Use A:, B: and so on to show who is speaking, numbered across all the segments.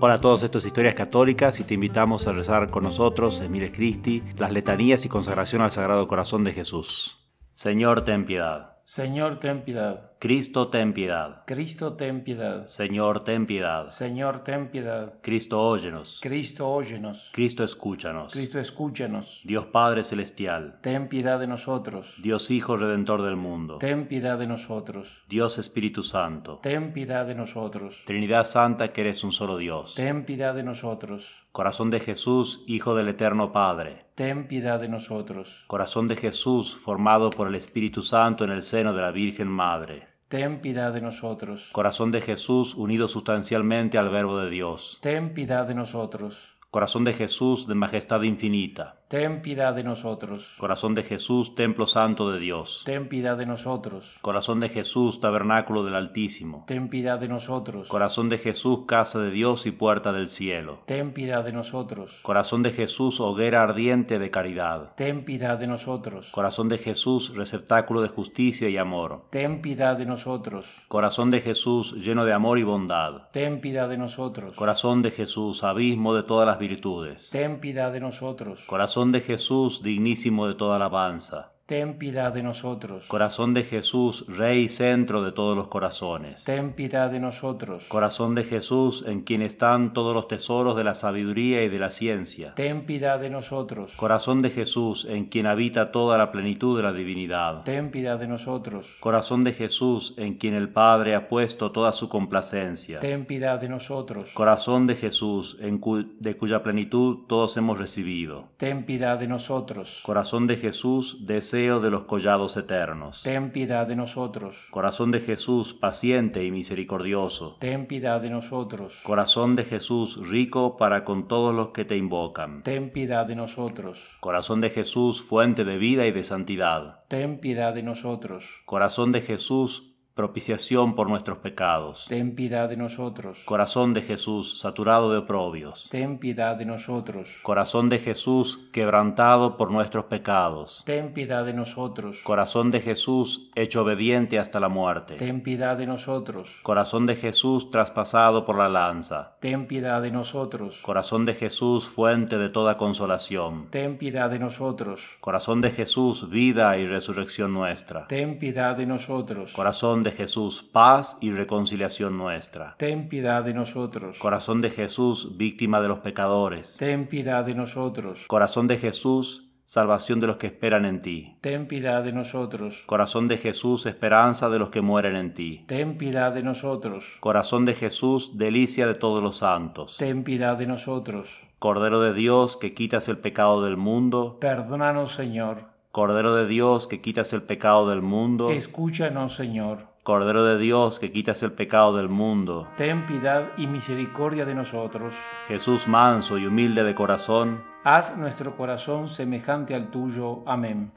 A: Hola a todos, esto es Historias Católicas y te invitamos a rezar con nosotros, Emiles Christi, las letanías y consagración al Sagrado Corazón de Jesús. Señor, ten piedad.
B: Señor, ten piedad.
A: Cristo, ten piedad.
B: Cristo, ten piedad.
A: Señor, ten piedad.
B: Señor, ten piedad.
A: Cristo, óyenos.
B: Cristo, óyenos.
A: Cristo, escúchanos.
B: Cristo, escúchanos.
A: Dios Padre Celestial.
B: Ten piedad de nosotros.
A: Dios Hijo Redentor del mundo.
B: Ten piedad de nosotros.
A: Dios Espíritu Santo.
B: Ten piedad de nosotros.
A: Trinidad Santa, que eres un solo Dios.
B: Ten piedad de nosotros.
A: Corazón de Jesús, Hijo del Eterno Padre.
B: Ten piedad de nosotros.
A: Corazón de Jesús, formado por el Espíritu Santo en el seno de la Virgen Madre.
B: Ten piedad de nosotros.
A: Corazón de Jesús, unido sustancialmente al Verbo de Dios.
B: Ten piedad de nosotros.
A: Corazón de Jesús, de majestad infinita.
B: Ten piedad de nosotros.
A: Corazón de Jesús, templo santo de Dios.
B: Ten piedad de nosotros.
A: Corazón de Jesús, tabernáculo del Altísimo.
B: Ten piedad de nosotros.
A: Corazón de Jesús, casa de Dios y puerta del cielo.
B: Ten piedad de nosotros.
A: Corazón de Jesús, hoguera ardiente de caridad.
B: Ten piedad de nosotros.
A: Corazón de Jesús, receptáculo de justicia y amor.
B: Ten piedad de nosotros.
A: Corazón de Jesús, lleno de amor y bondad.
B: Ten piedad de nosotros.
A: Corazón de Jesús, abismo de todas las virtudes.
B: Ten piedad de nosotros.
A: Corazón de Jesús, dignísimo de toda alabanza.
B: Ten piedad de nosotros.
A: Corazón de Jesús, Rey y centro de todos los corazones.
B: Ten piedad de nosotros.
A: Corazón de Jesús, en quien están todos los tesoros de la sabiduría y de la ciencia.
B: Ten piedad de nosotros.
A: Corazón de Jesús, en quien habita toda la plenitud de la divinidad.
B: Ten piedad de nosotros.
A: Corazón de Jesús, en quien el Padre ha puesto toda su complacencia.
B: Ten piedad de nosotros.
A: Corazón de Jesús, en cu- de cuya plenitud todos hemos recibido.
B: Ten piedad de nosotros.
A: Corazón de Jesús, deseo de los collados eternos.
B: Ten piedad de nosotros.
A: Corazón de Jesús, paciente y misericordioso.
B: Ten piedad de nosotros.
A: Corazón de Jesús, rico para con todos los que te invocan.
B: Ten piedad de nosotros.
A: Corazón de Jesús, fuente de vida y de santidad.
B: Ten piedad de nosotros.
A: Corazón de Jesús, propiciación por nuestros pecados.
B: Ten piedad de nosotros.
A: Corazón de Jesús, saturado de oprobios.
B: Ten piedad de nosotros.
A: Corazón de Jesús, quebrantado por nuestros pecados.
B: Ten piedad de nosotros.
A: Corazón de Jesús, hecho obediente hasta la muerte.
B: Ten piedad de nosotros.
A: Corazón de Jesús, traspasado por la lanza.
B: Ten piedad de nosotros.
A: Corazón de Jesús, fuente de toda consolación.
B: Ten piedad de nosotros.
A: Corazón de Jesús, vida y resurrección nuestra.
B: Ten piedad de nosotros.
A: Corazón de Jesús, paz y reconciliación nuestra.
B: Ten piedad de nosotros.
A: Corazón de Jesús, víctima de los pecadores.
B: Ten piedad de nosotros.
A: Corazón de Jesús, salvación de los que esperan en ti.
B: Ten piedad de nosotros.
A: Corazón de Jesús, esperanza de los que mueren en ti.
B: Ten piedad de nosotros.
A: Corazón de Jesús, delicia de todos los santos.
B: Ten piedad de nosotros.
A: Cordero de Dios, que quitas el pecado del mundo.
B: Perdónanos, Señor.
A: Cordero de Dios, que quitas el pecado del mundo.
B: Escúchanos, Señor.
A: Cordero de Dios, que quitas el pecado del mundo.
B: Ten piedad y misericordia de nosotros.
A: Jesús manso y humilde de corazón,
B: Haz nuestro corazón semejante al tuyo. Amén.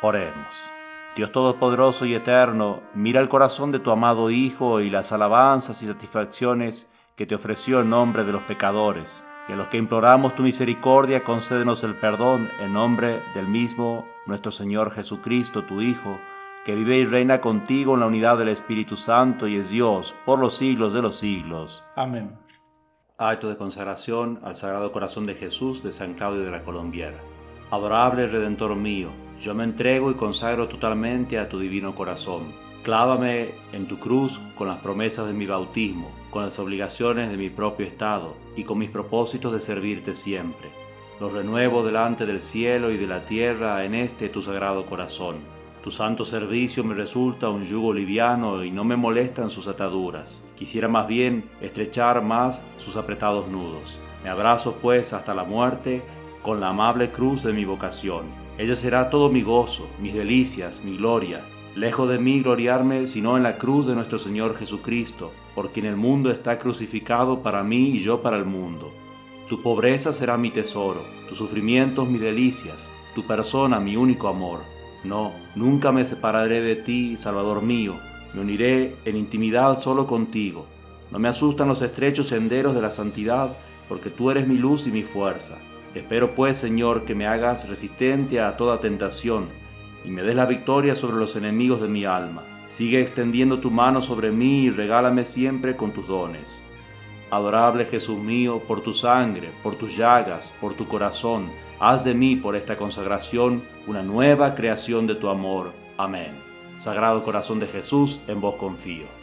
A: oremos. Dios Todopoderoso y Eterno, mira el corazón de tu amado Hijo y las alabanzas y satisfacciones que te ofreció en nombre de los pecadores, y a los que imploramos tu misericordia, concédenos el perdón en nombre del mismo nuestro Señor Jesucristo, tu Hijo, que vive y reina contigo en la unidad del Espíritu Santo y es Dios por los siglos de los siglos.
B: Amén.
A: Acto de consagración al Sagrado Corazón de Jesús de San Claudio de la Colombiera. Adorable Redentor mío, yo me entrego y consagro totalmente a tu divino corazón. Clávame en tu cruz con las promesas de mi bautismo, con las obligaciones de mi propio estado y con mis propósitos de servirte siempre. Los renuevo delante del cielo y de la tierra en este tu sagrado corazón. Tu santo servicio me resulta un yugo liviano y no me molestan sus ataduras. Quisiera más bien estrechar más sus apretados nudos. Me abrazo pues hasta la muerte con la amable cruz de mi vocación. Ella será todo mi gozo, mis delicias, mi gloria. Lejos de mí gloriarme sino en la cruz de nuestro Señor Jesucristo, por quien el mundo está crucificado para mí y yo para el mundo. Tu pobreza será mi tesoro, tus sufrimientos mis delicias, tu persona mi único amor. No, nunca me separaré de ti, Salvador mío, me uniré en intimidad solo contigo. No me asustan los estrechos senderos de la santidad, porque tú eres mi luz y mi fuerza. Espero pues, Señor, que me hagas resistente a toda tentación y me des la victoria sobre los enemigos de mi alma. Sigue extendiendo tu mano sobre mí y regálame siempre con tus dones. Adorable Jesús mío, por tu sangre, por tus llagas, por tu corazón, haz de mí por esta consagración una nueva creación de tu amor. Amén. Sagrado Corazón de Jesús, en vos confío.